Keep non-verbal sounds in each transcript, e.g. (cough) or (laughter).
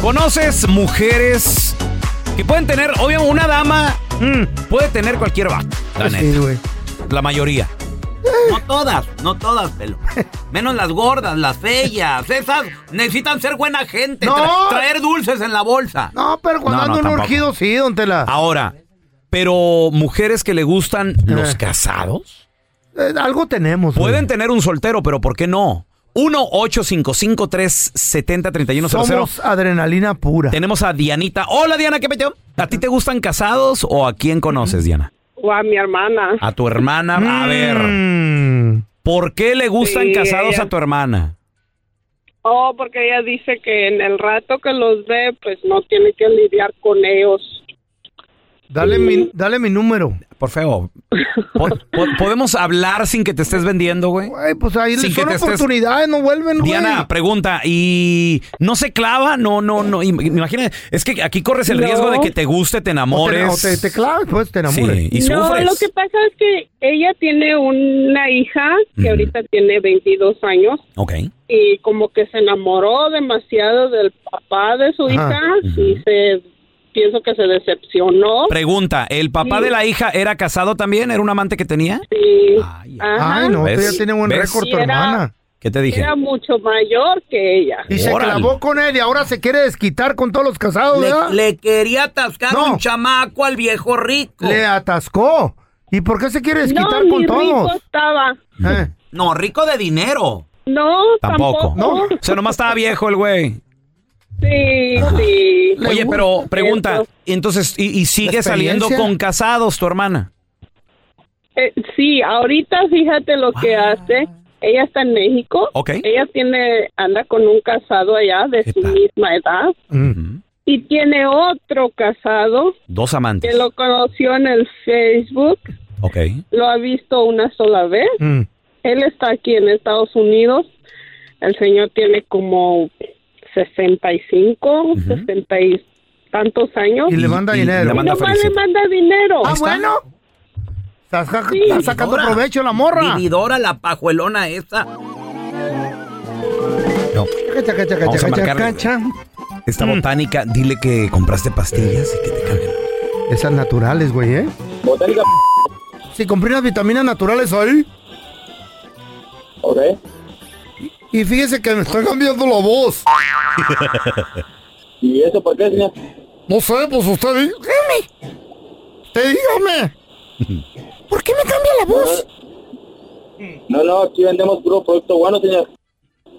¿Conoces mujeres que pueden tener, obviamente, una dama mm, puede tener cualquier vato? La Pues Sí, neta. güey. (laughs) La mayoría. No todas, no todas, pelo. Menos las gordas, las feas. Esas necesitan ser buena gente. No. tra- traer dulces en la bolsa. No, pero cuando No, no, anda un tampoco. urgido, sí, don Tela. Ahora, pero mujeres que le gustan los Eh. casados. Eh, algo tenemos. güey. Pueden tener un soltero, pero ¿por qué no? 1-855-370-3100. Somos adrenalina pura. Tenemos a Dianita. Hola, Diana, ¿qué peteo? ¿A ti te gustan casados o a quién conoces, Diana? O a mi hermana. A tu hermana. A ver, Mm. ¿por qué le gustan Sí, casados ella- a tu hermana? Oh, porque ella dice que en el rato que los ve, pues no tiene que lidiar con ellos. Dale, mi, dale mi número. Por feo. po- po- ¿Podemos hablar sin que te estés vendiendo, güey? Güey, pues ahí Sin que son te estés- oportunidades, no vuelven, güey. Diana, pregunta, ¿y no se clava? No, no, no. im- Imagina, es que aquí corres el No. riesgo de que te guste, te O te, enamores. o te, te claves, pues te enamores. Sí, y no, sufres. lo que pasa es que ella tiene una hija que Ujú. ahorita tiene 22 años Ok. y como que se enamoró demasiado del papá de su Ajá. hija y se pienso que se decepcionó. Pregunta, ¿el papá Sí. de la hija era casado también? ¿Era un amante que tenía? y, Ay, ajá, Ay, no, tú ¿Ves? ya tiene buen ¿Ves? récord tu Y era- hermana. ¿Qué te dije? era mucho mayor que ella. Y se Órale. clavó con él y ahora se quiere desquitar con todos los casados, ¿verdad? Le, le quería atascar No. un chamaco al viejo rico. Le atascó. ¿Y por qué se quiere desquitar no, con ni rico todos? estaba. Eh, No, rico de dinero. No, Tampoco. tampoco. No. O sea, nomás estaba viejo el güey. Sí, sí. Le Oye, gusta. pero pregunta, entonces, ¿y, y sigue La saliendo experiencia. con casados tu hermana? Eh, sí, ahorita fíjate lo que hace. Ella está en México. Ah. Ok. Ella tiene anda con un casado allá de ¿Qué su tal? misma edad mm. y tiene otro casado Dos que amantes. lo conoció en el Facebook. Ok. Lo ha visto una sola vez. Mm. Él está aquí en Estados Unidos. El señor tiene como 65, 60 y tantos años. Y le manda dinero. Le Y manda nomás le felicidad. manda dinero. Ah, bueno. Está, saca- Sí. está sacando Vividora. provecho la morra. Vividora, la pajuelona esa. Cacha, cacha, cacha, Vamos a cacha, marcarle. cacha. Esta Mm. botánica, dile que compraste pastillas y que te cambien. Esas naturales, güey, ¿eh? Si compré unas vitaminas naturales ahí. Y (laughs) fíjese que me está cambiando la voz. ¿Y eso por qué, señor? No sé, pues usted dígame. Te dígame. (laughs) ¿Por qué me cambia la voz? No, no, aquí vendemos puro producto bueno, señor.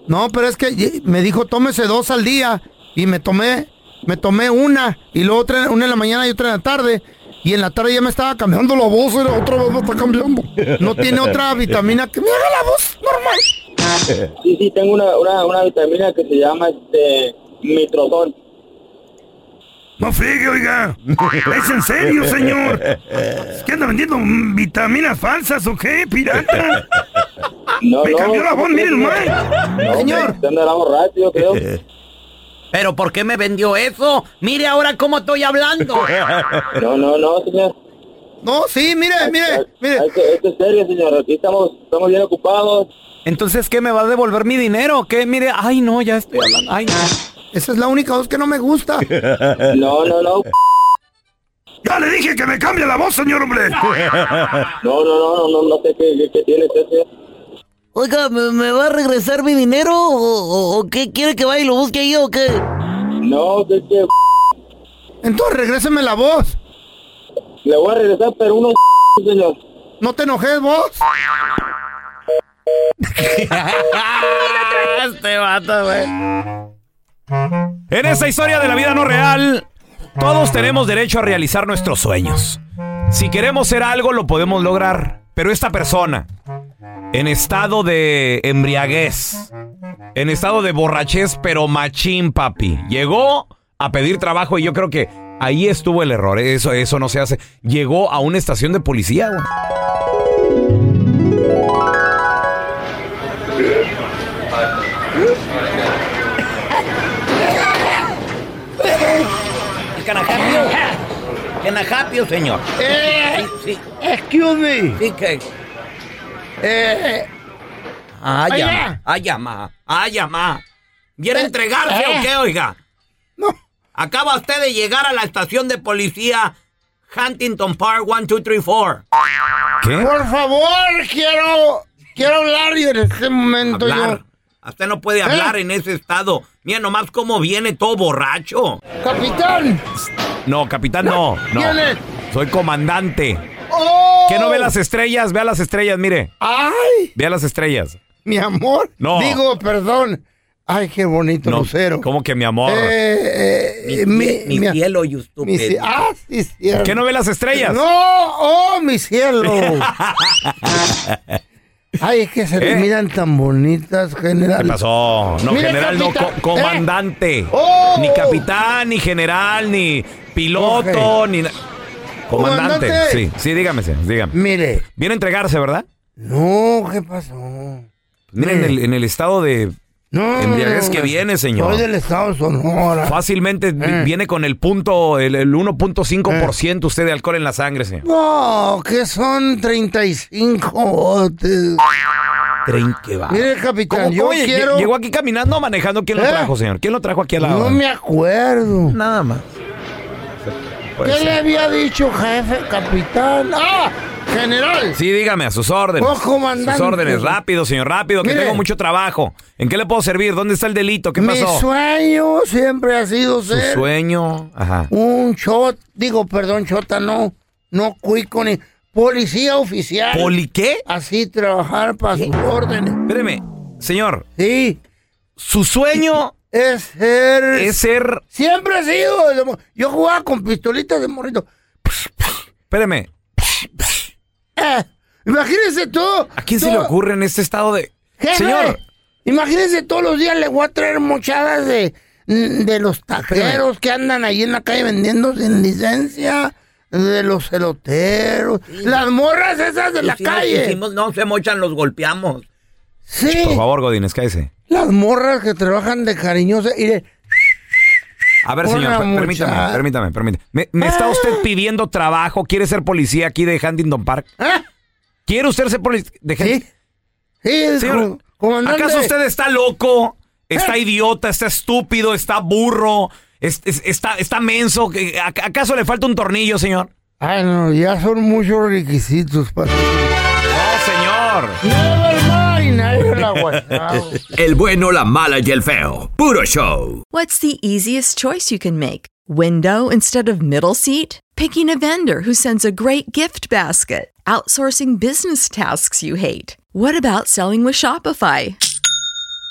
No, pero es que ye- me dijo tómese dos al día y me tomé, me tomé una y luego otra, una en la mañana y otra en la tarde. Y en la tarde ya me estaba cambiando la voz, era otra vez me está cambiando. No tiene otra vitamina que me haga la voz normal. Sí, sí, tengo una, una, una vitamina que se llama este mitrozón. No friegue, oiga. Es en serio, señor. ¿Es que anda vendiendo mm, vitaminas falsas o qué, pirata? No, Me no, cambió la voz, ¿cómo mire crees, nomás. No, Señor. Usted andará borracho, (laughs) yo creo. ¿Pero por qué me vendió eso? Mire ahora cómo (laughs) estoy hablando. No, no, no, señor. No, sí, mire, mire, mire. Esto es serio, señor. Aquí estamos, estamos bien ocupados. Entonces, ¿qué me va a devolver mi dinero? o ¿Qué? Mire, ay, no, ya estoy hablando. Ay, no. Esa es la única voz que no me gusta. No, no, no. Ya le dije que me cambie la voz, señor hombre. No, no, no, no, no, no sé qué, qué, qué tiene usted, señor. Oiga, ¿me, me va a regresar mi dinero o, o- o qué? ¿Quiere que vaya y lo busque ahí o qué? No, que que Entonces regréseme la voz. Le voy a regresar, pero uno, señor. No te enojes vos. (laughs) este vato, güey. En esta historia de la vida no real, todos tenemos derecho a realizar nuestros sueños. Si queremos ser algo, lo podemos lograr. Pero esta persona, en estado de embriaguez, en estado de borrachez, pero machín, papi, llegó a pedir trabajo y yo creo que ahí estuvo el error. Eso, eso no se hace. Llegó a una estación de policía, güey. Canajapio. Canajapio, señor. Eh, excuse me. Sí, que... Eh, Ay, Oiga. ama. Ay, ama. Ay, ama. Ah, ¿Viene a entregarse eh. o qué, oiga? No. Acaba usted de llegar a la estación de policía Huntington Park 1234. Por favor, quiero, quiero hablar y en este momento Hablar. Usted no ¿Eh? puede hablar en ese estado. Mira nomás cómo viene todo yo. borracho. Capitán. No, capitán, no. no. ¿Quién es? Soy comandante. ¡Oh! ¿Que no ve las estrellas? Vea las estrellas, mire. ¡Ay! Vea las estrellas. Mi amor. No. Digo, perdón. Ay, qué bonito lucero. ¿Cómo que mi amor? Eh, eh, mi, cielo, mi cie- Ah, sí, cierto. ¿Que no ve las estrellas? No, oh, mi (laughs) cielo. Ay, es que se ¿Eh? miran tan bonitas, general. ¿Qué pasó? No, Mire, general, no, capitán, co- comandante. ¡Oh! Ni capitán, ni general, ni piloto, ni... na- Comandante. Comandante. Sí, sí, dígame, sí, dígame. Mire. Viene a entregarse, ¿verdad? No, ¿qué pasó? Miren en el, en el estado de No. embriaguez que viene, señor. Soy del estado de Sonora. Fácilmente vi- Eh. viene con el punto, el, el 1.5% usted de alcohol en la sangre, señor. No, que son 35 botes. Tren que va. Mire, capitán, ¿Cómo- yo cómo lle- quiero- Llegó aquí caminando, manejando. ¿Quién lo ¿Eh? trajo, señor? ¿Quién lo trajo aquí a la No me acuerdo. Nada más. Puede ¿Qué ser. le había dicho jefe, capitán? ¡Ah! General. Sí, dígame, a sus órdenes. Oh, comandante. Sus órdenes, rápido, señor, rápido, que Mire. tengo mucho trabajo. ¿En qué le puedo servir? ¿Dónde está el delito? ¿Qué Mi pasó? sueño siempre ha sido Su ser sueño. Ajá. un shot. Digo, perdón, chota, no. No cuico ni. Policía oficial. ¿Poli qué? Así trabajar para sus órdenes. Espéreme, señor. Sí. Su sueño es ser. Es ser. Siempre ha sido. desde mo- Yo jugaba con pistolitas de morrito. Espéreme. Eh, imagínense todo. ¿A quién se le ocurre en este estado de. Jefe, Señor. Imagínense todos los días le voy a traer mochadas de, de los taqueros que andan ahí en la calle vendiendo sin licencia, de los celoteros, las morras esas de la Si nos calle. pusimos- no se mochan, los golpeamos. Sí, Por favor, Godínez, cállese. las morras que trabajan de cariñosa. Mire, A ver, Una Ah. señor, per- muchacha. permítame, permítame, permítame. ¿Me, me está usted pidiendo trabajo? ¿Quiere ser policía aquí de Huntington Park? ¿Quiere usted ser policía de Huntington ¿ah? sí, Señor, co- comandante. ¿acaso usted está loco? ¿Está idiota? ¿Está estúpido? ¿Está burro? ¿Es- es- está, ¿Está menso? ¿Qué- a- ¿Acaso le falta un tornillo, señor? Ay, no, ya son muchos requisitos para. No, Never mind, ahí la guachaba. El bueno, la mala y el feo. Puro show. What's the easiest choice you can make? window instead of middle seat, picking a vendor who sends a great gift basket, outsourcing business tasks you hate. What about selling with Shopify?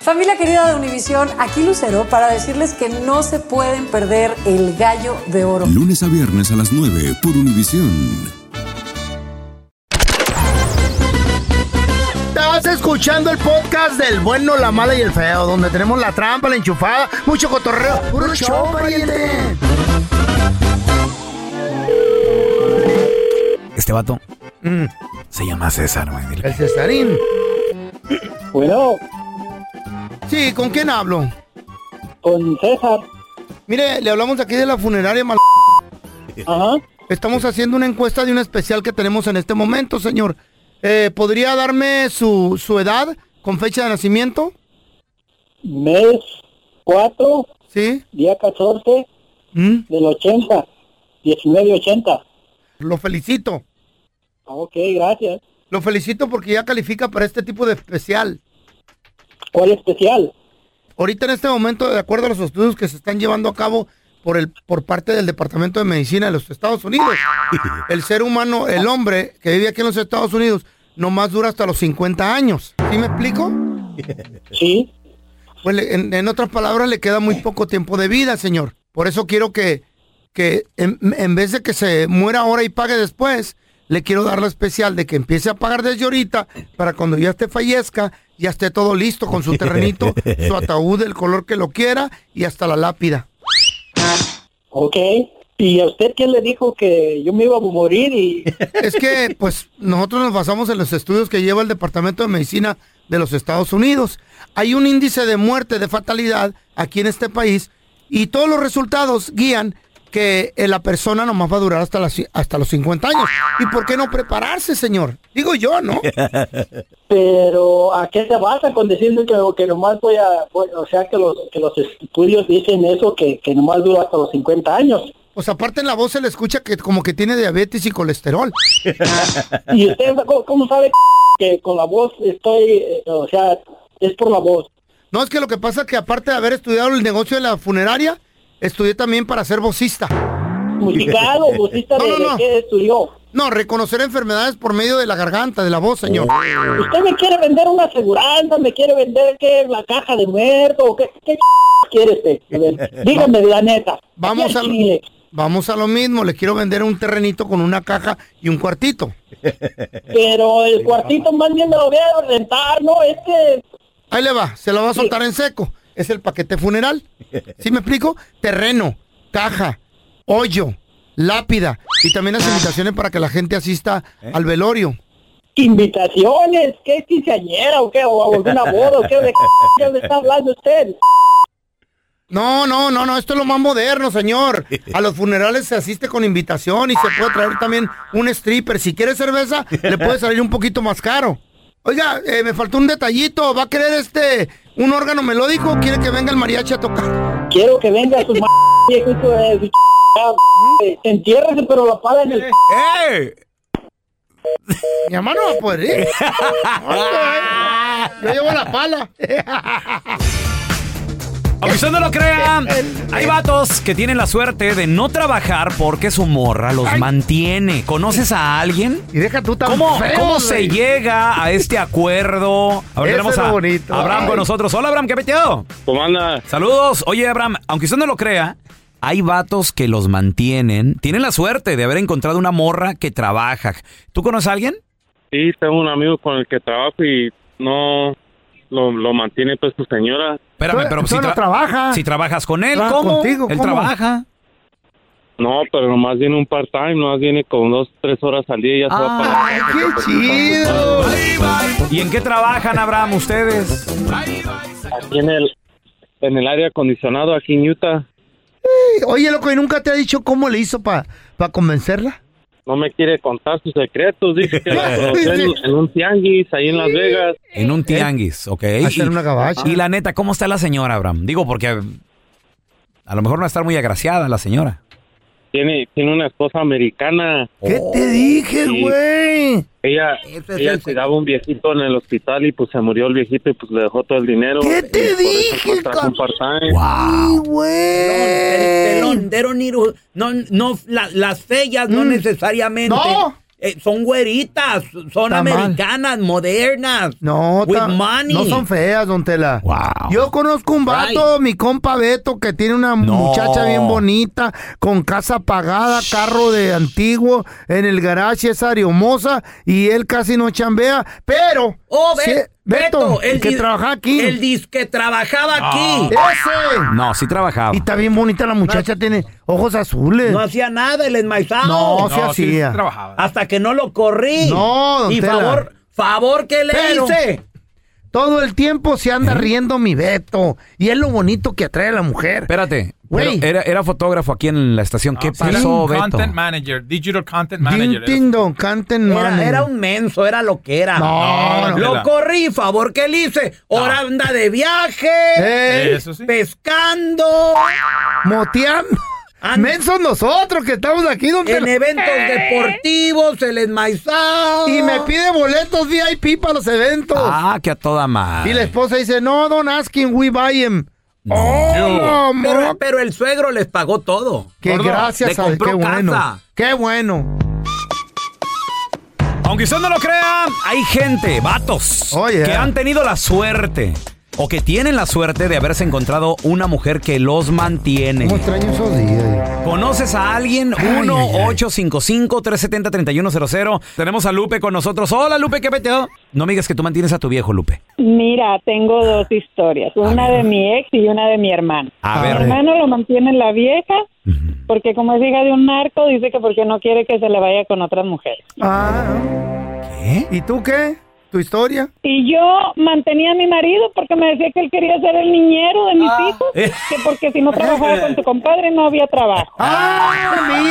Familia querida de Univisión, aquí Lucero para decirles que no se pueden perder el gallo de oro. Lunes a viernes a las 9 por Univisión. Estás escuchando el podcast del bueno, la mala y el feo, donde tenemos la trampa, la enchufada, mucho cotorreo. ¡Puro show, pariente! Este vato se llama César, güey. Dile. El Cesarín. Bueno. Sí, ¿con quién hablo? Con César. Mire, le hablamos aquí de la funeraria mal. Ajá. Estamos haciendo una encuesta de un especial que tenemos en este momento, señor. Eh, ¿Podría darme su, su edad con fecha de nacimiento? Mes 4, ¿Sí? ¿Mm? día 14 del 80, 1980. Lo felicito. Ok, gracias. Lo felicito porque ya califica para este tipo de especial. ¿Cuál especial? Ahorita en este momento, de acuerdo a los estudios que se están llevando a cabo por, el, por parte del Departamento de Medicina de los Estados Unidos, el ser humano, el hombre que vive aquí en los Estados Unidos, nomás dura hasta los 50 años. ¿Sí me explico? (laughs) Sí. Pues le- en, en otras palabras, le queda muy poco tiempo de vida, señor. Por eso quiero que, que en, en vez de que se muera ahora y pague después, le quiero dar la especial de que empiece a pagar desde ahorita para cuando ya esté fallezca, ya esté todo listo con su terrenito, su ataúd, el color que lo quiera y hasta la lápida. Ok. ¿Y a usted quién le dijo que yo me iba a morir y Es que, pues, nosotros nos basamos en los estudios que lleva el Departamento de Medicina de los Estados Unidos. Hay un índice de muerte, de fatalidad aquí en este país y todos los resultados guían que eh, la persona nomás va a durar hasta, las- hasta los 50 años. ¿Y por qué no prepararse, señor? Digo yo, ¿no? (laughs) Pero ¿a qué se basa con decirme que, que nomás voy a, voy- o sea, que los, que los estudios dicen eso, que, que nomás dura hasta los 50 años? Pues aparte en la voz se le escucha que como que tiene diabetes y colesterol. ¿Y usted cómo- cómo sabe que con la voz estoy, eh, o sea, es por la voz? No, es que lo que pasa es que aparte de haber estudiado el negocio de la funeraria, estudié también para ser vocista. Musical (laughs) o vocista de- de qué estudió? No, reconocer enfermedades por medio de la garganta, de la voz, señor. ¿Usted me quiere vender una aseguranza? ¿Me quiere vender qué? ¿La caja de muerto? ¿O ¿Qué, qué (laughs) quiere usted? A ver, dígame la neta. Vamos a, lo- vamos a lo mismo, le quiero vender un terrenito con una caja y un cuartito. Pero el cuartito más bien me lo voy a rentar, ¿no? Es que Ahí le va, se la va a soltar en seco. Es el paquete funeral. ¿Sí me explico? Terreno, caja, hoyo, lápida y también las invitaciones para que la gente asista al velorio. invitaciones, ¿qué es quinceañera o qué? ¿O alguna boda? ¿O qué? ¿De (laughs) qué me está hablando usted? No, no, no, no, esto es lo más moderno, señor. A los funerales se asiste con invitación y se puede traer también un stripper. Si quiere cerveza, le puede salir un poquito más caro. Oiga, eh, me faltó un detallito. ¿Va a querer este un órgano melódico o quiere que venga el mariachi a tocar? Quiero que venga su m- viejo hijo de su ch- Entiérrese, pero la paga en el... ¡Ey! Mi hermano va a poder (laughs) ir. Yo llevo la pala. Aunque usted no lo crea, hay vatos que tienen la suerte de no trabajar porque su morra los mantiene. ¿Conoces a alguien? Y deja tú tan ¿Cómo, feo, cómo güey. se llega a este acuerdo? Ahora Eso tenemos es a lo bonito. Abraham Ay. con nosotros. Hola, Abraham, ¿qué peteado? ¿Cómo anda? Saludos. Oye, Abraham, aunque usted no lo crea, hay vatos que los mantienen. Tienen la suerte de haber encontrado una morra que trabaja. ¿Tú conoces a alguien? Sí, tengo un amigo con el que trabajo y no, lo, lo mantiene pues su señora. Espérame, pero si, tra- Ah. si trabajas con él, Trabaja ¿cómo? contigo, él ¿cómo? trabaja. No, pero nomás viene un part-time, nomás viene con dos, tres horas al día y ya se va para Ah, la casa. pues, ¿Y en qué trabajan, Abraham, ustedes? Aquí en el, en el área acondicionado, aquí en Utah. Ey, Oye, loco, ¿y nunca te ha dicho cómo le hizo para convencerla? No me quiere contar sus secretos, dice que (laughs) la conocí en, en un tianguis ahí en Las Vegas. En un tianguis, ok. Eh, Hacer una gabacha. Y la neta, ¿cómo está la señora, Abraham? Digo, porque a lo mejor no va a estar muy agraciada la señora. Tiene, tiene una esposa americana. ¿Qué te dije, Sí. güey? Este Ella, es ella el- cuidaba un viejito en el hospital y pues se murió el viejito y pues le dejó todo el dinero. pues, ¿Qué te dije? Oh, Pelón, they don't need to- no, no, la- las feas no necesariamente. Mm. No. eh, son güeritas, son Está mal. americanas, modernas. No, With ta- money. no son feas, don Tela. Yo conozco un vato, mi compa Beto, que tiene una muchacha bien bonita, con casa pagada, carro de antiguo, en el garage es ariomosa y él casi no chambea, pero... Oh, sí, Be- Beto, Beto, el que dis- trabaja aquí. El dis que trabajaba Ah. aquí. ¡Ese! No, sí Ah, trabajaba. Y está bien bonita la muchacha, tiene ojos azules. No hacía nada el enmaizado. No, sí No, sí hacía. trabajaba. Hasta que no lo corrí. No, don Y Tela. favor, favor que le Pero hice. Todo el tiempo se ¿Eh? anda riendo mi Beto. Y es lo bonito que atrae a la mujer. Espérate. Pero Güey. era, era fotógrafo aquí en la estación. ¿Qué era pasó, un Beto? Content manager, digital content Ding, manager. ding, dong, canten man. Era, era un menso, era lo que era. No, no, lo no. corrí, favor que le hice. Ahora anda de viaje, Ey. Eso pescando, Moteando. Mensos nosotros que estamos aquí, don en Tela. eventos deportivos, el enmaizado. Y me pide boletos VIP para los eventos. Ah, que a toda madre. Y la esposa dice, no, don't ask him, we buy him. Pero- Oh, pero, el suegro les pagó todo. Que Gordo, gracias le a compró qué bueno. casa. Qué bueno. Aunque usted no lo crea, hay gente, vatos, Oh, que han tenido la suerte o que tienen la suerte de haberse encontrado una mujer que los mantiene. ¿Cómo extraño esos días? ¿Conoces a alguien? 1-855-370-3100. Tenemos a Lupe con nosotros. Hola, Lupe, ¿qué peteo? No me digas que tú mantienes a tu viejo, Lupe. Mira, tengo dos historias, una de mi ex y una de mi hermano. A mi ver. hermano lo mantiene la vieja porque como es hija de un narco, dice que porque no quiere que se le vaya con otras mujeres. Ah, ¿Eh? ¿Y tú qué? ¿Tu historia? Y yo mantenía a mi marido porque me decía que él quería ser el niñero de mis Ah. hijos, Eh. que porque si no trabajaba con tu compadre no había trabajo. Ah,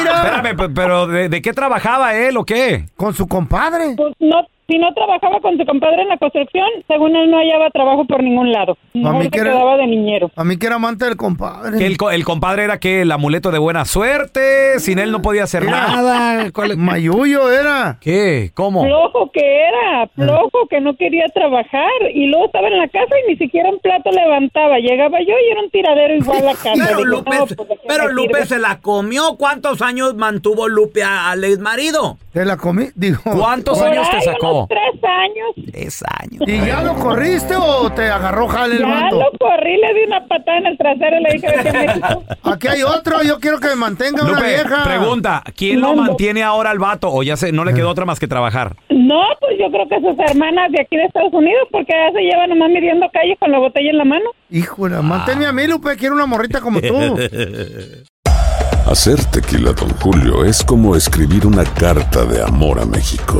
Espérame, pe- pero ¿de, de qué trabajaba él o qué? ¿Con su compadre? Pues no, si no trabajaba con su compadre en la construcción, según él no hallaba trabajo por ningún lado. Mejor se que era- quedaba de niñero. A mí que era amante del compadre. Que el, co- el compadre era que el amuleto de buena suerte, sin él no podía hacer nada. Mayuyo era. ¿Qué? ¿Cómo? flojo que Ah. era, flojo que no quería trabajar y luego estaba en la casa y ni siquiera un plato levantaba. Llegaba yo y era un tiradero igual a la casa. Pero Digo, Lupe, no, se- pues, ¿de qué pero me Lupe sirve? se la comió. ¿Cuántos años mantuvo Lupe a- al ex marido? ¿Te la comí? Digo, ¿Cuántos Por años te ahí sacó? unos tres años. Tres años. ¿Y ya lo corriste o te agarró jale el ya vato? lo corrí, le di una patada en el trasero y le dije, vete a México. (laughs) Aquí hay otro, yo quiero que me mantenga una Lupe, vieja. pregunta, ¿quién lo Mande. mantiene ahora al vato? O ya se, no le quedó otra más que trabajar. No, pues yo creo que sus hermanas de aquí de Estados Unidos, porque ya se llevan nomás midiendo calles con la botella en la mano. Híjole, Ah. manténme a mí, Lupe, quiero una morrita como tú. (laughs) Hacer tequila, Don Julio, es como escribir una carta de amor a México.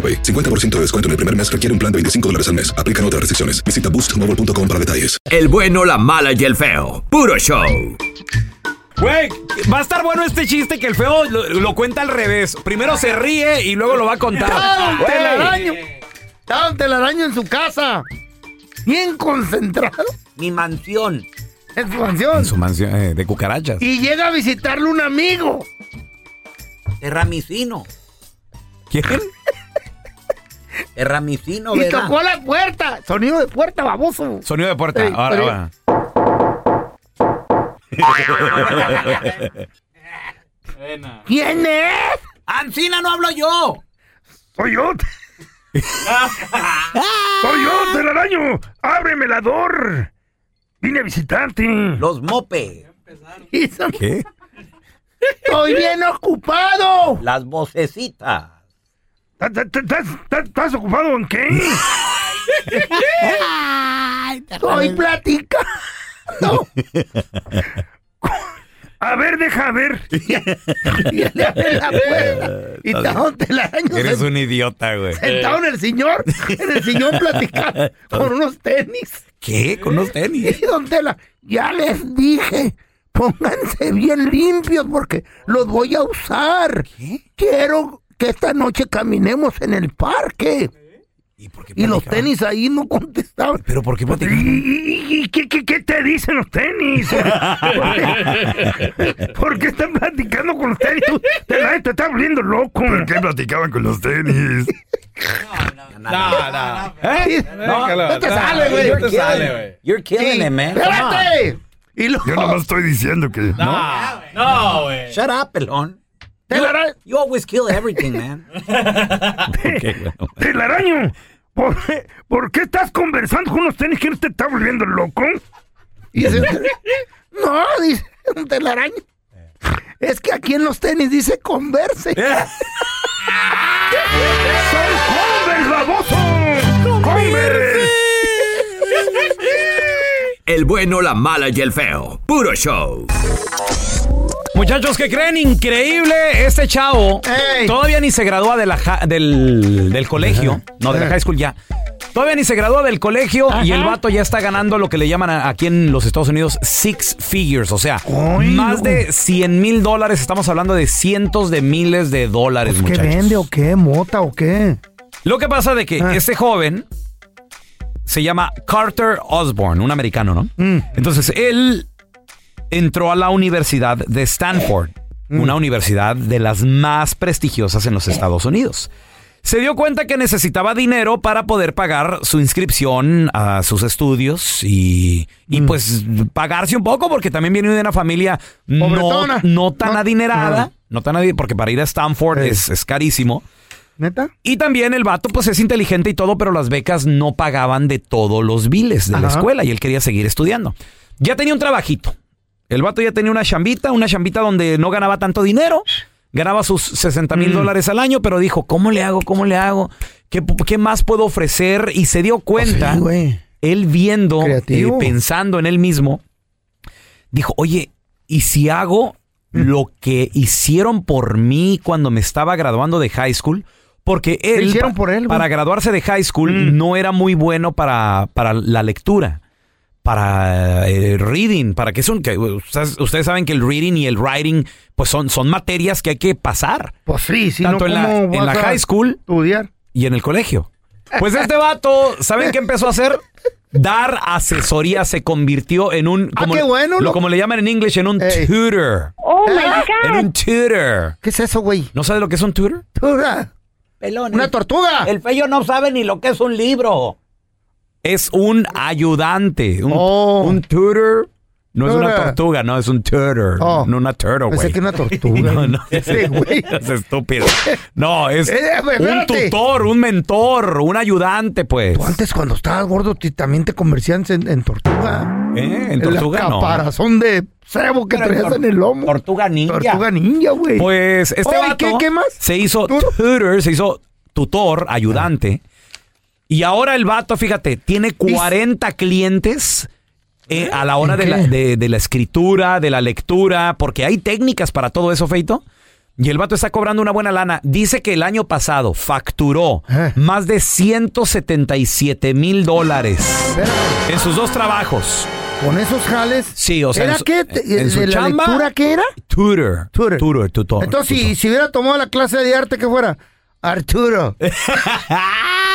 50% de descuento en el primer mes requiere un plan de 25 dólares al mes. Aplican otras restricciones. Visita boostmobile.com para detalles. El bueno, la mala y el feo. Puro show. Güey, va a estar bueno este chiste que el feo lo, lo cuenta al revés. Primero se ríe y luego lo va (laughs) a contar. Estaba un Güey. telaraño. Estaba un telaraño en su casa. Bien concentrado. Mi mansión. En su mansión. En su mansión eh, de cucarachas. Y llega a visitarle un amigo. Terramicino. ¿Quién? Terramicino, y ¿verdad? tocó la puerta. Sonido de puerta, baboso. Sonido de puerta. Ey, ahora, pero- ahora. ¿Quién es? ¡Ancina, no hablo yo! ¡Soy (laughs) yo! ¡Soy yo, telaraño! ¡Ábreme la door! Vine a (laughs) visitarte. Los mope. ¿Qué? ¡Estoy bien ocupado! Las vocecitas. ¿Estás ocupado en qué? Estoy platicando. A ver, deja ver. Y le abre la puerta. Y estaba un telaraño Eres un eh. idiota, güey. sentado en el señor. En el señor platicando (laughs) con unos tenis. ¿Qué? Con unos tenis. Y don Tela, ya les dije, pónganse bien limpios porque los voy a usar. Quiero que esta noche caminemos en el parque. ¿Y, los tenis ahí no contestaban. ¿Pero por qué ¿Y, y- qué, qué- qué te dicen los (laughs) tenis? ¿Por qué, por qué están platicando con los tenis? Tú, te, te estás volviendo loco. ¿Por qué platicaban con los (laughs) tenis? No, no. ¿Eh? Déjalo, no te Ah, no, sale, güey. no te sale, güey. You're killing Sí. it, man. ¡Espérate! Y luego- Yo nomás estoy diciendo que. No, no, güey. Shut up, pelón. You, you always kill everything, man. (laughs) Telaraño, ¿por, qué- por qué estás conversando con unos tenis que no te está volviendo loco? Y dice, (laughs) no, dice un telaraño. Es que aquí en los tenis dice converse. ¡Converse, baboso! ¡Converse! El bueno, la mala y el feo. Puro show. Muchachos, que creen? Increíble. Este chavo todavía ni se gradúa de la ja- del, del colegio. No, de la Ajá. high school ya. Todavía ni se gradúa del colegio y Ajá. el vato ya está ganando lo que le llaman a- aquí en los Estados Unidos six figures. O sea, más no. de 100 mil dólares. Estamos hablando de cientos de miles de dólares, Pues, Pues, ¿Qué muchachos. vende o qué? ¿Mota o qué? Lo que pasa de Ah. que este joven se llama Carter Osborne, un americano, ¿no? Mm. Entonces, él entró a la Universidad de Stanford, Mm. una universidad de las más prestigiosas en los Estados Unidos. Se dio cuenta que necesitaba dinero para poder pagar su inscripción a sus estudios y, Mm. y pues pagarse un poco porque también viene de una familia no, Pobretona. no tan adinerada, Ah. no tan adinerada, porque para ir a Stanford es, es carísimo. ¿Neta? Y también el vato, pues es inteligente y todo, pero las becas no pagaban de todos los biles de la Ajá. escuela y él quería seguir estudiando. Ya tenía un trabajito. El vato ya tenía una chambita, una chambita donde no ganaba tanto dinero. Ganaba sus 60 mil dólares al año, pero dijo, ¿cómo le hago? ¿Cómo le hago? ¿Qué, qué más puedo ofrecer? Y se dio cuenta, él viendo, Creativo. y pensando en él mismo, dijo, oye, ¿y si hago lo que hicieron por mí cuando me estaba graduando de high school? Porque él, hicieron pa- por él, güey? Mm. para graduarse de high school, no era muy bueno para, para la lectura, para eh, reading, para que son, que ustedes, ustedes saben que el reading y el writing, pues son, son materias que hay que pasar. Pues sí, sí. Tanto en la- en la high school Estudiar. y en el colegio. Pues este vato, ¿saben qué empezó a hacer? Dar asesoría se convirtió en un. Como, Ah, qué bueno, lo- lo- como le llaman en inglés, en un tutor. ¡Oh, my En un tutor. ¿Qué es eso, güey? ¿No sabes lo que es un tutor? Pelón. ¡Una tortuga! El fello no sabe ni lo que es un libro. Es un ayudante. Un, Oh. un tutor. No es una Tutor. tortuga, no, es un tutor. Oh. No una turtle, güey. Pensé que una tortuga. (laughs) (laughs) No, no. Ese (laughs) güey. Es estúpido. No, es Eh, un espérate. tutor, un mentor, un ayudante, pues. Tú antes cuando estabas gordo ti- también te convertían en, en tortuga. ¿Eh? En tortuga, El no. caparazón de cebo que Pero traías tor- en el lomo. Tortuga ninja. Tortuga ninja, güey. Pues este Oye, ¿qué- vato qué más? se hizo (laughs) tutor, se hizo tutor, ayudante. Y ahora el vato, fíjate, tiene 40 clientes eh, a la hora de la, de- de la escritura, de la lectura, porque hay técnicas para todo eso, Feito. Y el vato está cobrando una buena lana. Dice que el año pasado facturó más de 177 mil dólares en sus dos trabajos. Con esos jales. Sí, o sea, ¿Era en su- qué? ¿Te- en su de ¿La chamba, lectura qué era? Tutor. Tutor. Tutor, tutor. Entonces, si, si hubiera tomado la clase de arte, que fuera? Arturo. Ah,